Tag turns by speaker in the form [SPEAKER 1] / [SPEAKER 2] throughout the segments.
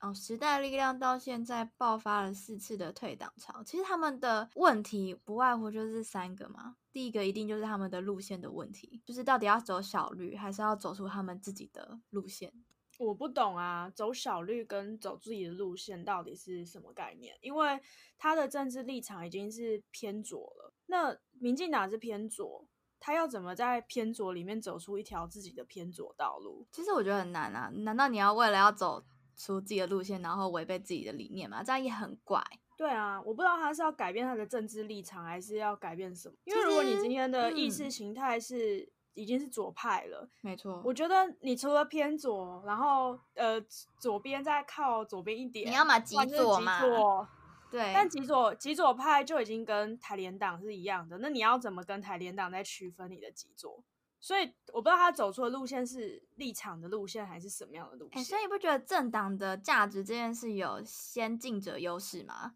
[SPEAKER 1] 从哦时代力量到现在爆发了四次的退党潮，其实他们的问题不外乎就是三个嘛。第一个一定就是他们的路线的问题，就是到底要走小绿，还是要走出他们自己的路线？
[SPEAKER 2] 我不懂啊，走小绿跟走自己的路线到底是什么概念？因为他的政治立场已经是偏左了，那民进党是偏左，他要怎么在偏左里面走出一条自己的偏左道路？
[SPEAKER 1] 其实我觉得很难啊，难道你要为了要走出自己的路线，然后违背自己的理念吗？这样也很怪。
[SPEAKER 2] 对啊，我不知道他是要改变他的政治立场，还是要改变什么？因为如果你今天的意
[SPEAKER 1] 嗯
[SPEAKER 2] 识形态是、已经是左派了，
[SPEAKER 1] 没错，
[SPEAKER 2] 我觉得你除了偏左，然后呃左边再靠左边一点，
[SPEAKER 1] 你要嘛极
[SPEAKER 2] 不然就是
[SPEAKER 1] 左嘛
[SPEAKER 2] 极左
[SPEAKER 1] 对，
[SPEAKER 2] 但极左极左派就已经跟台联党是一样的，那你要怎么跟台联党再区分你的极左？所以我不知道他走出的路线是立场的路线，还是什么样的路
[SPEAKER 1] 哎、
[SPEAKER 2] 线。
[SPEAKER 1] 所以你不觉得政党的价值这件事有先进者优势吗？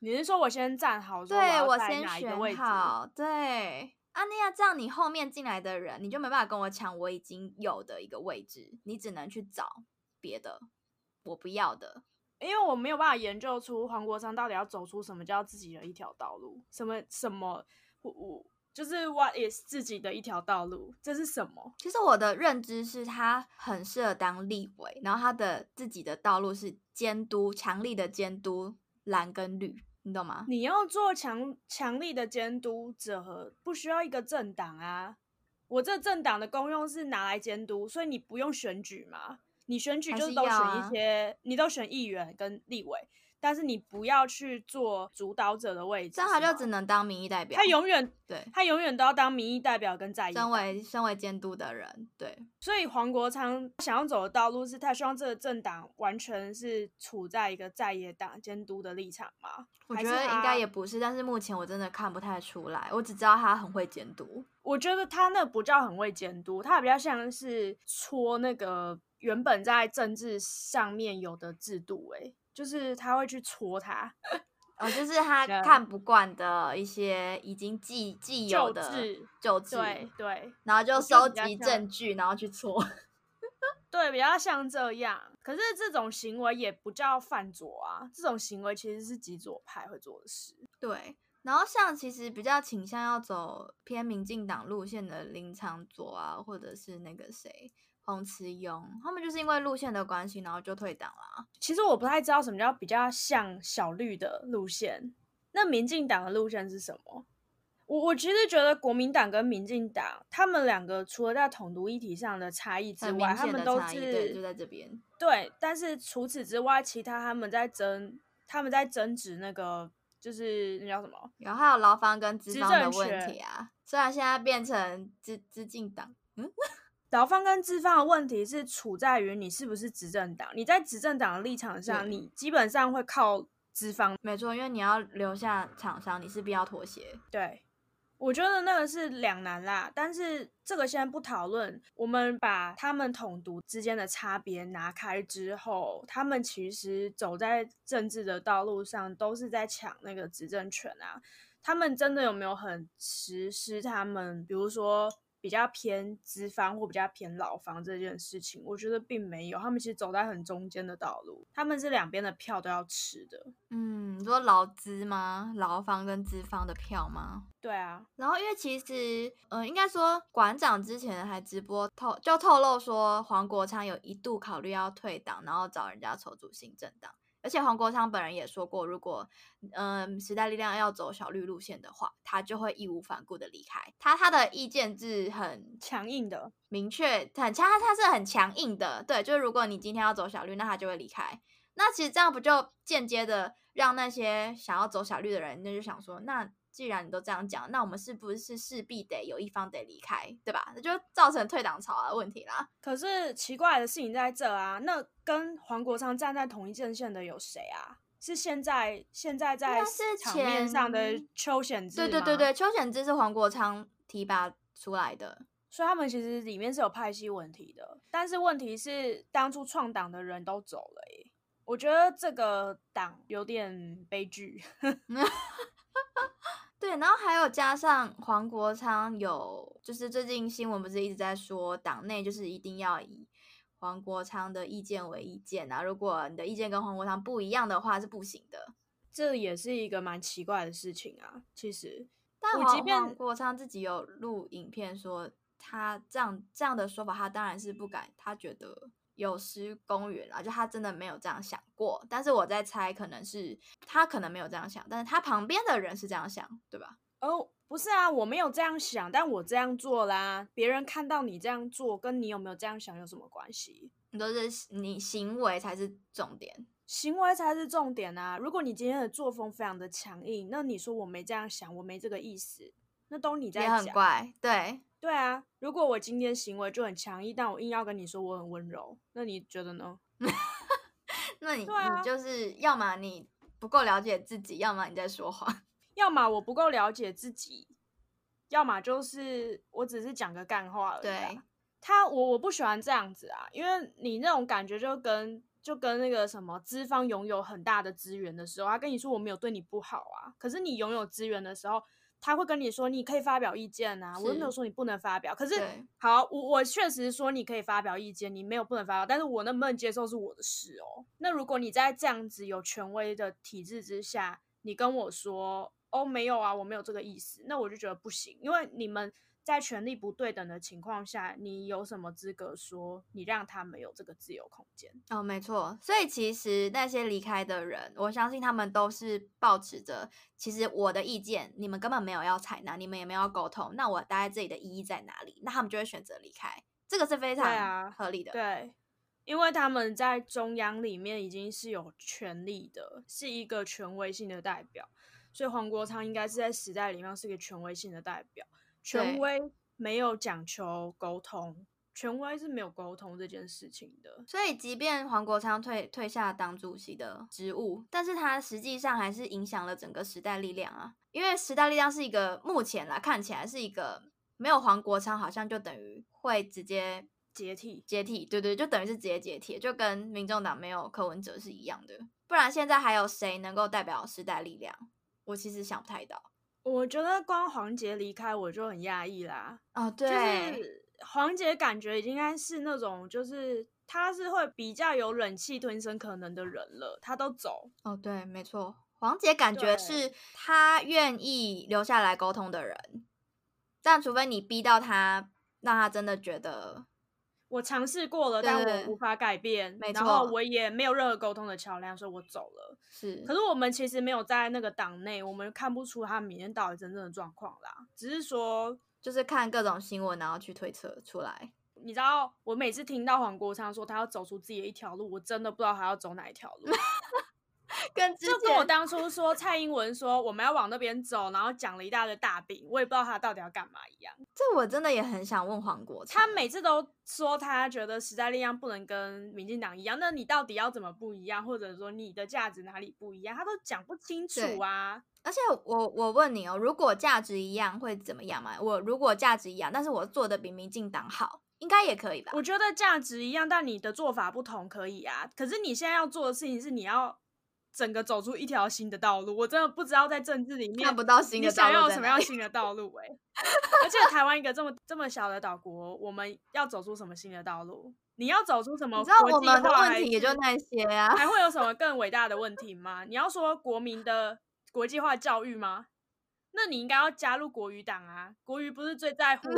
[SPEAKER 2] 你是说我先站好，说
[SPEAKER 1] 对
[SPEAKER 2] 要
[SPEAKER 1] 我
[SPEAKER 2] 在
[SPEAKER 1] 先
[SPEAKER 2] 哪一个位
[SPEAKER 1] 选
[SPEAKER 2] 置？
[SPEAKER 1] 好，对。啊，那要这样，你后面进来的人，你就没办法跟我抢我已经有的一个位置，你只能去找别的，我不要的。
[SPEAKER 2] 因为我没有办法研究出黄国昌到底要走出什么叫自己的一条道路，什么什么，我我就是 what is 自己的一条道路，这是什么？
[SPEAKER 1] 其实我的认知是他很适合当立委，然后他的自己的道路是监督，强力的监督蓝跟绿，你懂吗？
[SPEAKER 2] 你要做强强力的监督者，不需要一个政党啊。我这政党的功用是拿来监督，所以你不用选举嘛。你选举
[SPEAKER 1] 还
[SPEAKER 2] 就是是都
[SPEAKER 1] 要
[SPEAKER 2] 选
[SPEAKER 1] 啊
[SPEAKER 2] 一些，你都选议员跟立委，但是你不要去做主导者的位置。
[SPEAKER 1] 这样他
[SPEAKER 2] 是吗
[SPEAKER 1] 就只能当民意代表
[SPEAKER 2] 他，永远
[SPEAKER 1] 对，
[SPEAKER 2] 他永远都要当民意代表跟在野
[SPEAKER 1] 身
[SPEAKER 2] 党。
[SPEAKER 1] 为身为监督的人，对，
[SPEAKER 2] 所以黄国昌想要走的道路是他希望这个政党完全是处在一个在野党监督的立场嘛？
[SPEAKER 1] 我
[SPEAKER 2] 还
[SPEAKER 1] 觉
[SPEAKER 2] 是
[SPEAKER 1] 得应
[SPEAKER 2] 他
[SPEAKER 1] 该也不是，但是目前我真的看不太出来，我只知道他很会监督。
[SPEAKER 2] 我觉得他那不叫很会监督，他比较像是戳那个原本在政治上面有的制度、欸，就是他会去戳他
[SPEAKER 1] 哦，就是他
[SPEAKER 2] 对
[SPEAKER 1] 看不惯的一些已经既既有
[SPEAKER 2] 旧
[SPEAKER 1] 的
[SPEAKER 2] 制，
[SPEAKER 1] 旧制，
[SPEAKER 2] 对对
[SPEAKER 1] 然后就
[SPEAKER 2] 我觉
[SPEAKER 1] 收
[SPEAKER 2] 得比较
[SPEAKER 1] 集
[SPEAKER 2] 像
[SPEAKER 1] 证据，然后去搓。
[SPEAKER 2] 对，比较像这样。可是这种行为也不叫犯左啊，这种行为其实是极左派会做的事。
[SPEAKER 1] 对，然后像其实比较倾向要走偏民进党路线的林长佐啊，或者是那个谁洪慈庸，他们就是因为路线的关系，然后就退党了。
[SPEAKER 2] 其实我不太知道什么叫比较像小绿的路线，那民进党的路线是什么？我我其实觉得国民党跟民进党他们两个除了在统独议题上的差异之
[SPEAKER 1] 很
[SPEAKER 2] 外，
[SPEAKER 1] 明
[SPEAKER 2] 他
[SPEAKER 1] 显
[SPEAKER 2] 们
[SPEAKER 1] 的
[SPEAKER 2] 都
[SPEAKER 1] 差异，对，就是在这边。
[SPEAKER 2] 对，但是除此之外，其他他们在争，他们在争执那个就是那叫什么？
[SPEAKER 1] 然后还有劳方跟资
[SPEAKER 2] 执
[SPEAKER 1] 方的
[SPEAKER 2] 政
[SPEAKER 1] 问
[SPEAKER 2] 权
[SPEAKER 1] 题啊，虽然现在变成资资进党，
[SPEAKER 2] 劳方跟资方的问题是处在于你是不是执政党，你在执政党的立场
[SPEAKER 1] 对
[SPEAKER 2] 上，你基本上会靠
[SPEAKER 1] 没错，因为你要留下厂商，你势必要妥协。
[SPEAKER 2] 对，我觉得那个是两难啦，但是这个先不讨论，我们把他们统独之间的差别拿开之后，他们其实走在政治的道路上都是在抢那个执政权啊。他们真的有没有很实施他们，比如说比较偏资方或比较偏老方这件事情？我觉得并没有，他们其实走在很中间的道路，他们是两边的票都要吃的。
[SPEAKER 1] 嗯，你说劳资吗？劳方跟资方的票吗？
[SPEAKER 2] 对啊，
[SPEAKER 1] 然后，因为其实，嗯，应该说馆长之前还直播透就透露说，黄国昌有一度考虑要退党，然后找人家筹组新政党。而且黄国昌本人也说过，如果嗯时代力量要走小绿路线的话，他就会义无反顾的离开。他他的意见是很
[SPEAKER 2] 强硬的。
[SPEAKER 1] 明确很强，他他是很强硬的，对，就是如果你今天要走小绿，那他就会离开。那其实这样不就间接的让那些想要走小绿的人，那就想说，那既然你都这样讲，那我们是不是势必得有一方得离开，对吧？那就造成退党潮的问题啦。
[SPEAKER 2] 可是奇怪的事情在这啊，那跟黄国昌站在同一阵线的有谁啊？是现在现在在
[SPEAKER 1] 该是
[SPEAKER 2] 场面上的
[SPEAKER 1] 前
[SPEAKER 2] 邱显志
[SPEAKER 1] 对对对
[SPEAKER 2] 吗，
[SPEAKER 1] 对，邱显志是黄国昌提拔出来的，
[SPEAKER 2] 所以他们其实里面是有派系问题的。但是问题是，当初创党的人都走了、耶，我觉得这个党有点悲剧。
[SPEAKER 1] 对，然后还有加上黄国昌有，就是最近新闻不是一直在说，党内就是一定要以黄国昌的意见为意见啊，如果你的意见跟黄国昌不一样的话是不行的。
[SPEAKER 2] 这也是一个蛮奇怪的事情啊。其实，
[SPEAKER 1] 但
[SPEAKER 2] 我
[SPEAKER 1] 黄
[SPEAKER 2] 即便
[SPEAKER 1] 黄国昌自己有录影片说，他这样这样的说法，他当然是不敢，他觉得有失公允啦，就他真的没有这样想过。但是我在猜，可能是他可能没有这样想，但是他旁边的人是这样想，对吧？
[SPEAKER 2] 哦，不是啊，我没有这样想，但我这样做啦。别人看到你这样做，跟你有没有这样想有什么关系？
[SPEAKER 1] 你都是你行为才是重点，
[SPEAKER 2] 行为才是重点啊！如果你今天的作风非常的强硬，那你说我没这样想，我没这个意思，那都你在
[SPEAKER 1] 也很
[SPEAKER 2] 讲。
[SPEAKER 1] 怪。对，
[SPEAKER 2] 对啊，如果我今天行为就很强硬，但我硬要跟你说我很温柔，那你觉得呢？
[SPEAKER 1] 那你、
[SPEAKER 2] 对啊
[SPEAKER 1] 你就是要么你不够了解自己，要么你在说谎。
[SPEAKER 2] 要么我不够了解自己，要么就是我只是讲个干话而已啊、
[SPEAKER 1] 对
[SPEAKER 2] 他我我不喜欢这样子啊，因为你那种感觉就跟就跟那个什么资方拥有很大的资源的时候，他跟你说我没有对你不好啊，可是你拥有资源的时候。他会跟你说，你可以发表意见啊，我又没有
[SPEAKER 1] 是
[SPEAKER 2] 说你不能发表。可是
[SPEAKER 1] 对
[SPEAKER 2] 好，我我确实说你可以发表意见，你没有不能发表，但是我能不能接受是我的事哦。那如果你在这样子有权威的体制之下，你跟我说哦没有啊，我没有这个意思，那我就觉得不行，因为你们在权力不对等的情况下，你有什么资格说你让他们有这个自由空间？
[SPEAKER 1] 哦，没错。所以其实那些离开的人，我相信他们都是保持着，其实我的意见你们根本没有要采纳，你们也没有要沟通，那我待在这里的意义在哪里？那他们就会选择离开，这个是非
[SPEAKER 2] 对
[SPEAKER 1] 常
[SPEAKER 2] 啊
[SPEAKER 1] 合理的。
[SPEAKER 2] 对，因为他们在中央里面已经是有权力的，是一个权威性的代表，所以黄国昌应该是在时代里面是个权威性的代表。权
[SPEAKER 1] 对
[SPEAKER 2] 威没有讲求沟通，权威是没有沟通这件事情的。
[SPEAKER 1] 所以，即便黄国昌退退下党主席的职务，但是他实际上还是影响了整个时代力量啊。因为时代力量是一个目前来看起来是一个没有黄国昌，好像就等于会直接
[SPEAKER 2] 解体，
[SPEAKER 1] 解体，对对，就等于是直接解体，就跟民众党没有柯文哲是一样的。不然现在还有谁能够代表时代力量？我其实想不太到
[SPEAKER 2] 我觉得光黄杰离开我就很讶异啦。
[SPEAKER 1] 哦，对，
[SPEAKER 2] 就是黄杰感觉已经应该是那种，就是他是会比较有忍气吞声可能的人了，他都走，
[SPEAKER 1] 哦，对，没错，黄姐感觉
[SPEAKER 2] 对
[SPEAKER 1] 是她愿意留下来沟通的人，但除非你逼到她，让她真的觉得
[SPEAKER 2] 我尝试过了，
[SPEAKER 1] 对
[SPEAKER 2] 但
[SPEAKER 1] 对
[SPEAKER 2] 我无法改变，
[SPEAKER 1] 没
[SPEAKER 2] 然后
[SPEAKER 1] 错
[SPEAKER 2] 我也没有任何沟通的桥梁，所以我走了。
[SPEAKER 1] 是
[SPEAKER 2] 可是我们其实没有在那个党内，我们看不出他明天到底真正的状况啦。只是说，
[SPEAKER 1] 就是看各种新闻，然后去推测出来。
[SPEAKER 2] 你知道，我每次听到黄国昌说他要走出自己的一条路，我真的不知道他要走哪 一条路。
[SPEAKER 1] 跟之
[SPEAKER 2] 就跟我
[SPEAKER 1] 前
[SPEAKER 2] 当初说蔡英文说我们要往那边走，然后讲了一大堆大饼，我也不知道他到底要干嘛一样。
[SPEAKER 1] 这我真的也很想问黄国昌
[SPEAKER 2] 他每次都说他觉得时代力量不能跟民进党一样，那你到底要怎么不一样，或者说你的价值哪里不一样，他都讲不清
[SPEAKER 1] 对
[SPEAKER 2] 楚啊。
[SPEAKER 1] 而且我我问你哦，如果价值一样会怎么样嘛？我如果价值一样，但是我做的比民进党好，应该也可以吧？
[SPEAKER 2] 我觉得价值一样，但你的做法不同可以啊。可是你现在要做的事情是你要整个走出一条新的道路，我真的不知道在政治里面
[SPEAKER 1] 看不到新的
[SPEAKER 2] 你想
[SPEAKER 1] 道路
[SPEAKER 2] 要有
[SPEAKER 1] 在
[SPEAKER 2] 什么
[SPEAKER 1] 哪
[SPEAKER 2] 样
[SPEAKER 1] 里
[SPEAKER 2] 新的道路、 欸？而且台湾一个这么这么小的岛国，我们要走出什么新的道路？你要走出什么
[SPEAKER 1] 你知
[SPEAKER 2] 国际
[SPEAKER 1] 道我
[SPEAKER 2] 化还是？
[SPEAKER 1] 们的问题也就那些啊。
[SPEAKER 2] 还会有什么更伟大的问题吗？你要说国民的国际化教育吗？那你应该要加入国语党啊！国语不是最在 乎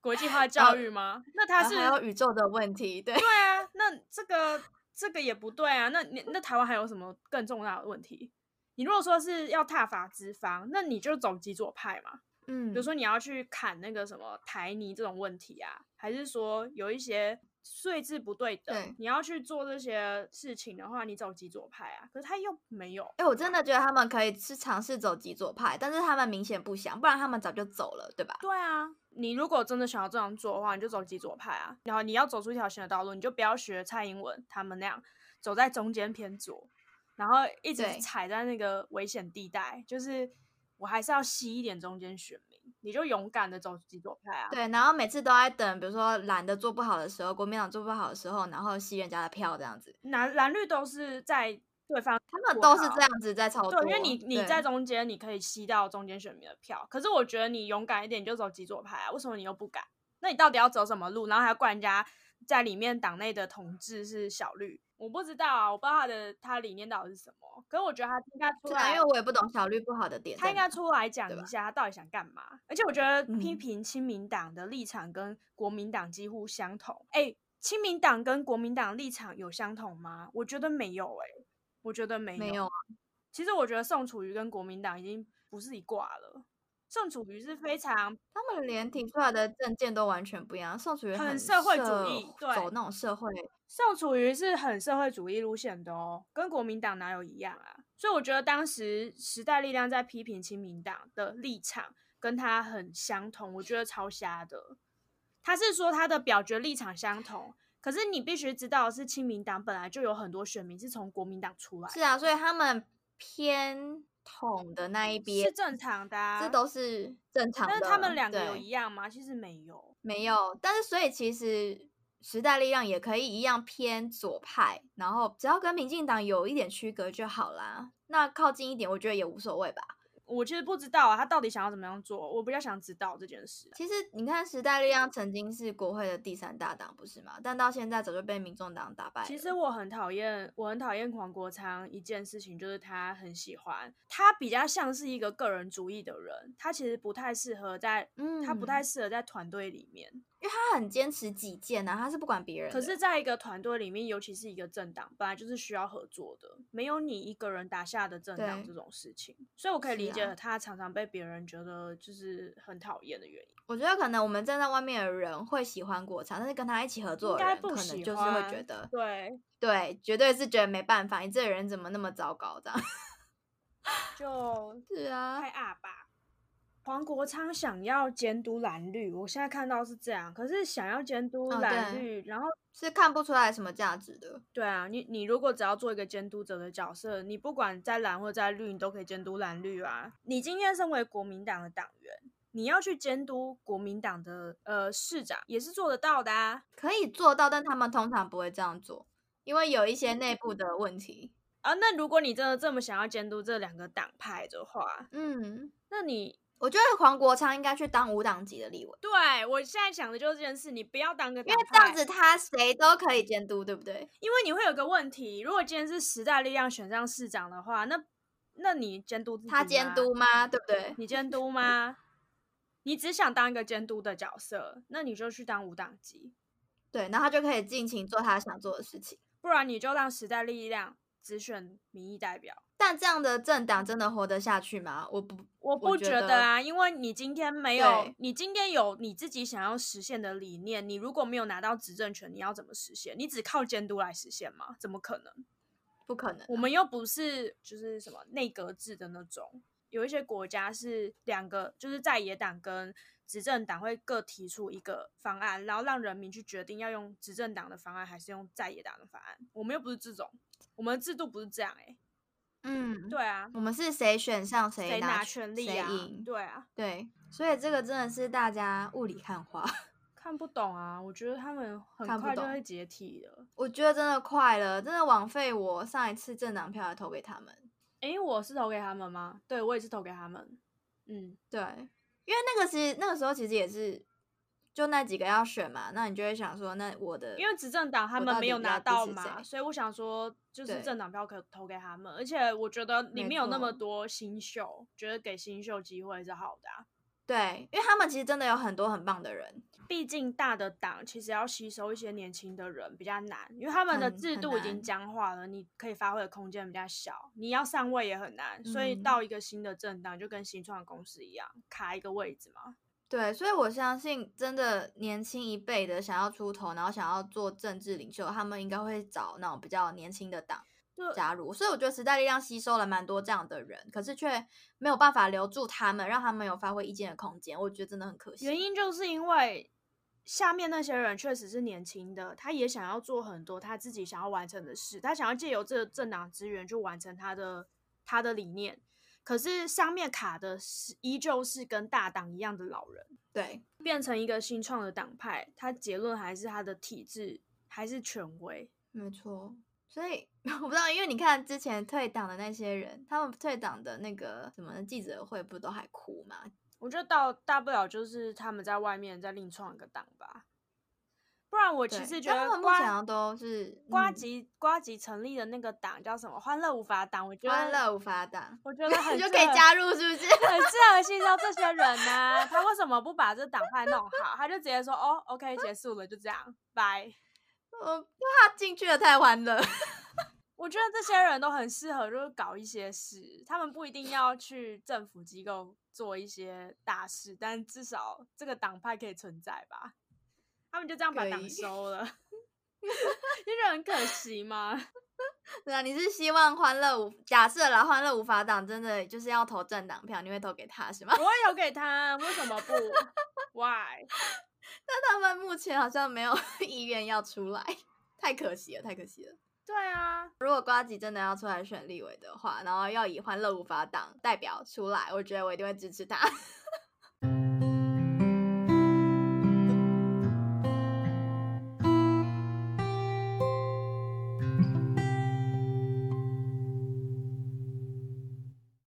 [SPEAKER 2] 国际化教育吗？那 他
[SPEAKER 1] 然后
[SPEAKER 2] 是
[SPEAKER 1] 还有宇宙的问题，对，
[SPEAKER 2] 对啊，那这个这个也不对啊。那你那台湾还有什么更重要的问题？你如果说是要踏法之方，那你就走极左派嘛。
[SPEAKER 1] 嗯，
[SPEAKER 2] 比如说你要去砍那个什么台泥这种问题啊，还是说有一些税制不对等，
[SPEAKER 1] 对
[SPEAKER 2] 你要去做这些事情的话，你走极左派啊，可是他又没有。
[SPEAKER 1] 哎、我真的觉得他们可以是尝试走极左派，但是他们明显不想，不然他们早就走了，对吧？
[SPEAKER 2] 对啊，你如果真的想要这样做的话，你就走极左派啊，然后你要走出一条新的道路，你就不要学蔡英文他们那样走在中间偏左，然后一直
[SPEAKER 1] 对
[SPEAKER 2] 踩在那个危险地带，就是我还是要吸一点中间选民，你就勇敢的走极左派啊。
[SPEAKER 1] 对，然后每次都在等，比如说懒得做不好的时候，国民党做不好的时候，然后吸人家的票这样子，
[SPEAKER 2] 蓝蓝绿都是在对方
[SPEAKER 1] 他们
[SPEAKER 2] 做
[SPEAKER 1] 都是
[SPEAKER 2] 好
[SPEAKER 1] 这样子在操作。哦
[SPEAKER 2] 对，因为你你
[SPEAKER 1] 对
[SPEAKER 2] 在中间，你可以吸到中间选民的票。可是我觉得你勇敢一点，你就走极左派啊！为什么你又不敢？那你到底要走什么路？然后还要怪人家在里面党内的统治是小绿，我不知道啊，我不知道他的他理念到底是什么，可是我觉得他应该出
[SPEAKER 1] 对啊，
[SPEAKER 2] 来
[SPEAKER 1] 因为我也不懂小绿不好的点在哪。
[SPEAKER 2] 他应该出来讲
[SPEAKER 1] 对吧
[SPEAKER 2] 一下，他到底想干嘛？而且我觉得批
[SPEAKER 1] 嗯
[SPEAKER 2] 评亲民党的立场跟国民党几乎相同。哎、亲民党跟国民党立场有相同吗？我觉得没有、哎，我觉得没有。
[SPEAKER 1] 没有啊
[SPEAKER 2] 其实我觉得宋楚瑜跟国民党已经不是一挂了。宋楚瑜是非常
[SPEAKER 1] 他们连提出来的政见都完全不一样。宋楚瑜
[SPEAKER 2] 很社
[SPEAKER 1] 社
[SPEAKER 2] 会主义对
[SPEAKER 1] 走那种社会，
[SPEAKER 2] 宋楚瑜是很社会主义路线的哦，跟国民党哪有一样啊？所以我觉得当时时代力量在批评亲民党的立场跟他很相同，我觉得超瞎的。他是说他的表决立场相同，可是你必须知道的是，亲民党本来就有很多选民是从国民党出来，
[SPEAKER 1] 是啊，所以他们偏统的那一边
[SPEAKER 2] 是正常的、啊，
[SPEAKER 1] 这都是正常的。
[SPEAKER 2] 但是他们两个有
[SPEAKER 1] 对
[SPEAKER 2] 一样吗？其实没有，
[SPEAKER 1] 没有，但是所以其实时代力量也可以一样偏左派，然后只要跟民进党有一点区隔就好啦。那靠近一点，我觉得也无所谓吧。
[SPEAKER 2] 我其实不知道啊，他到底想要怎么样做，我比较想知道这件事。
[SPEAKER 1] 其实你看，时代力量曾经是国会的第三大党，不是吗？但到现在早就被民众党打败了。
[SPEAKER 2] 其实我很讨厌，我很讨厌黄国昌一件事情，就是他很喜欢，他比较像是一个个人主义的人，他其实不太适合在，
[SPEAKER 1] 嗯
[SPEAKER 2] 他不太适合在团队里面。
[SPEAKER 1] 他很坚持己见啊，他是不管别人的。
[SPEAKER 2] 可是，在一个团队里面，尤其是一个政党，本来就是需要合作的，没有你一个人打下的政党
[SPEAKER 1] 对
[SPEAKER 2] 这种事情，所以我可以
[SPEAKER 1] 是
[SPEAKER 2] 理解
[SPEAKER 1] 啊
[SPEAKER 2] 他常常被别人觉得就是很讨厌的原因。
[SPEAKER 1] 我觉得可能我们站在外面的人会喜欢国产，但是跟他一起合作
[SPEAKER 2] 应
[SPEAKER 1] 的
[SPEAKER 2] 该
[SPEAKER 1] 人
[SPEAKER 2] 不
[SPEAKER 1] 可能
[SPEAKER 2] 喜
[SPEAKER 1] 就是会觉
[SPEAKER 2] 欢
[SPEAKER 1] 得，
[SPEAKER 2] 对，
[SPEAKER 1] 对，绝对是觉得没办法，你这个人怎么那么糟糕这样？
[SPEAKER 2] 就是
[SPEAKER 1] 啊
[SPEAKER 2] 太，啊吧。黄国昌想要监督蓝绿，我现在看到是这样，可是想要监督
[SPEAKER 1] 哦
[SPEAKER 2] 蓝
[SPEAKER 1] 对
[SPEAKER 2] 绿，然后
[SPEAKER 1] 是看不出来什么价值的。
[SPEAKER 2] 对啊，你你如果只要做一个监督者的角色，你不管在蓝或在绿，你都可以监督蓝绿啊。你今天身为国民党的党员，你要去监督国民党的呃市长，也是做得到的啊。
[SPEAKER 1] 可以做到，但他们通常不会这样做，因为有一些内
[SPEAKER 2] 嗯
[SPEAKER 1] 部的问题。
[SPEAKER 2] 啊，那如果你真的这么想要监督这两个党派的话，
[SPEAKER 1] 嗯，
[SPEAKER 2] 那你
[SPEAKER 1] 我觉得黄国昌应该去当无党籍的立委，
[SPEAKER 2] 对我现在想的就是这件事，你不要当个
[SPEAKER 1] 因
[SPEAKER 2] 党
[SPEAKER 1] 为
[SPEAKER 2] 派，
[SPEAKER 1] 这样子他谁都可以监督，对不对？
[SPEAKER 2] 因为你会有个问题，如果今天是时代力量选上市长的话，那那你监督啊嗯自己
[SPEAKER 1] 他监
[SPEAKER 2] 吗，
[SPEAKER 1] 督吗？对不对？
[SPEAKER 2] 你监督吗？你只想当一个监督的角色，那你就去当无党籍，
[SPEAKER 1] 对，然后他就可以尽情做他想做的事情。
[SPEAKER 2] 不然你就让时代力量只选民意代表。
[SPEAKER 1] 但这样的政党真的活得下去吗？我不，
[SPEAKER 2] 我不
[SPEAKER 1] 我
[SPEAKER 2] 觉
[SPEAKER 1] 觉
[SPEAKER 2] 得
[SPEAKER 1] 得
[SPEAKER 2] 啊，因为你今天没有
[SPEAKER 1] 对，
[SPEAKER 2] 你今天有你自己想要实现的理念，你如果没有拿到执政权，你要怎么实现？你只靠监督来实现吗？怎么可能？
[SPEAKER 1] 不可能。
[SPEAKER 2] 我们又不是就是什么内阁制的那种，有一些国家是两个，就是在野党跟执政党会各提出一个方案，然后让人民去决定要用执政党的方案还是用在野党的方案。我们又不是这种，我们的制度不是这样哎、
[SPEAKER 1] 嗯，
[SPEAKER 2] 对啊，
[SPEAKER 1] 我们是谁选上
[SPEAKER 2] 谁
[SPEAKER 1] 拿
[SPEAKER 2] 拿
[SPEAKER 1] 权
[SPEAKER 2] 权力
[SPEAKER 1] 谁
[SPEAKER 2] 啊？
[SPEAKER 1] 赢
[SPEAKER 2] 对啊，
[SPEAKER 1] 对，所以这个真的是大家雾里看花。
[SPEAKER 2] 看不懂啊，我觉得他们很
[SPEAKER 1] 看不
[SPEAKER 2] 快就
[SPEAKER 1] 懂
[SPEAKER 2] 会解体了。
[SPEAKER 1] 我觉得真的快了，真的枉费我上一次政党票还投给他们。
[SPEAKER 2] 诶，我是投给他们吗？对我也是投给他们。嗯，
[SPEAKER 1] 对，因为那个是那个时候其实也是就那几个要选嘛，那你就会想说，那我的
[SPEAKER 2] 因为执政党他
[SPEAKER 1] 我
[SPEAKER 2] 们
[SPEAKER 1] 到
[SPEAKER 2] 没
[SPEAKER 1] 底
[SPEAKER 2] 有
[SPEAKER 1] 要
[SPEAKER 2] 拿
[SPEAKER 1] 支
[SPEAKER 2] 到
[SPEAKER 1] 持
[SPEAKER 2] 嘛，
[SPEAKER 1] 谁
[SPEAKER 2] 所以我想说，就是
[SPEAKER 1] 对
[SPEAKER 2] 政党票可投给他们，而且我觉得里
[SPEAKER 1] 没
[SPEAKER 2] 面有那么
[SPEAKER 1] 错
[SPEAKER 2] 多新秀，觉得给新秀机会是好的、啊。
[SPEAKER 1] 对，因为他们其实真的有很多很棒的人，
[SPEAKER 2] 毕竟大的党其实要吸收一些年轻的人比较难，因为他们的
[SPEAKER 1] 很
[SPEAKER 2] 制
[SPEAKER 1] 很
[SPEAKER 2] 度已经
[SPEAKER 1] 难
[SPEAKER 2] 僵化了，你可以发挥的空间比较小，你要上位也很难，所以
[SPEAKER 1] 嗯
[SPEAKER 2] 到一个新的政党就跟新创公司一样，卡一个位置嘛。
[SPEAKER 1] 对，所以我相信真的年轻一辈的想要出头，然后想要做政治领袖，他们应该会找那种比较年轻的党
[SPEAKER 2] 就
[SPEAKER 1] 加入。所以我觉得时代力量吸收了蛮多这样的人，可是却没有办法留住他们，让他们有发挥意见的空间，我觉得真的很可惜。
[SPEAKER 2] 原因就是因为下面那些人确实是年轻的，他也想要做很多他自己想要完成的事，他想要借由这个政党资源去完成他的他的理念。可是上面卡的是依旧是跟大党一样的老人，
[SPEAKER 1] 对，
[SPEAKER 2] 变成一个新创的党派，他结论还是他的体制还是权威，
[SPEAKER 1] 没错。所以 我不知道，因为你看之前退党的那些人，他们退党的那个什么记者会，不都还哭吗？
[SPEAKER 2] 我觉得到大不了就是他们在外面再另创一个党吧，不不然我其
[SPEAKER 1] 对
[SPEAKER 2] 实觉
[SPEAKER 1] 但他
[SPEAKER 2] 得
[SPEAKER 1] 们目
[SPEAKER 2] 瓜
[SPEAKER 1] 前好像都是
[SPEAKER 2] 瓜
[SPEAKER 1] 嗯
[SPEAKER 2] 吉瓜吉成立的那个党叫什么？欢乐无法党，我觉得
[SPEAKER 1] 欢乐无法挡，
[SPEAKER 2] 我觉得很
[SPEAKER 1] 你就
[SPEAKER 2] 适
[SPEAKER 1] 可以
[SPEAKER 2] 合
[SPEAKER 1] 加入，是不 是？
[SPEAKER 2] 很适合吸收这些人呢、他为什么不把这党派弄好？他就直接说哦，OK，结束了，就这样，拜。
[SPEAKER 1] 我怕进去的太欢乐。
[SPEAKER 2] 我觉得这些人都很适合，就是搞一些事，他们不一定要去政府机构做一些大事，但至少这个党派可以存在吧。他们就这样把
[SPEAKER 1] 可
[SPEAKER 2] 党
[SPEAKER 1] 以
[SPEAKER 2] 收了， 你觉得很可惜吗？
[SPEAKER 1] 对啊，你是希望欢乐无假设啦，欢乐无法党真的就是要投政党票，你会投给他是吗？
[SPEAKER 2] 我会投给他，为什么不？Why？
[SPEAKER 1] 但他们目前好像没有 意愿要出来，太可惜了，太可惜了。
[SPEAKER 2] 对啊，
[SPEAKER 1] 如果瓜吉真的要出来选立委的话，然后要以欢乐无法党代表出来，我觉得我一定会支持他。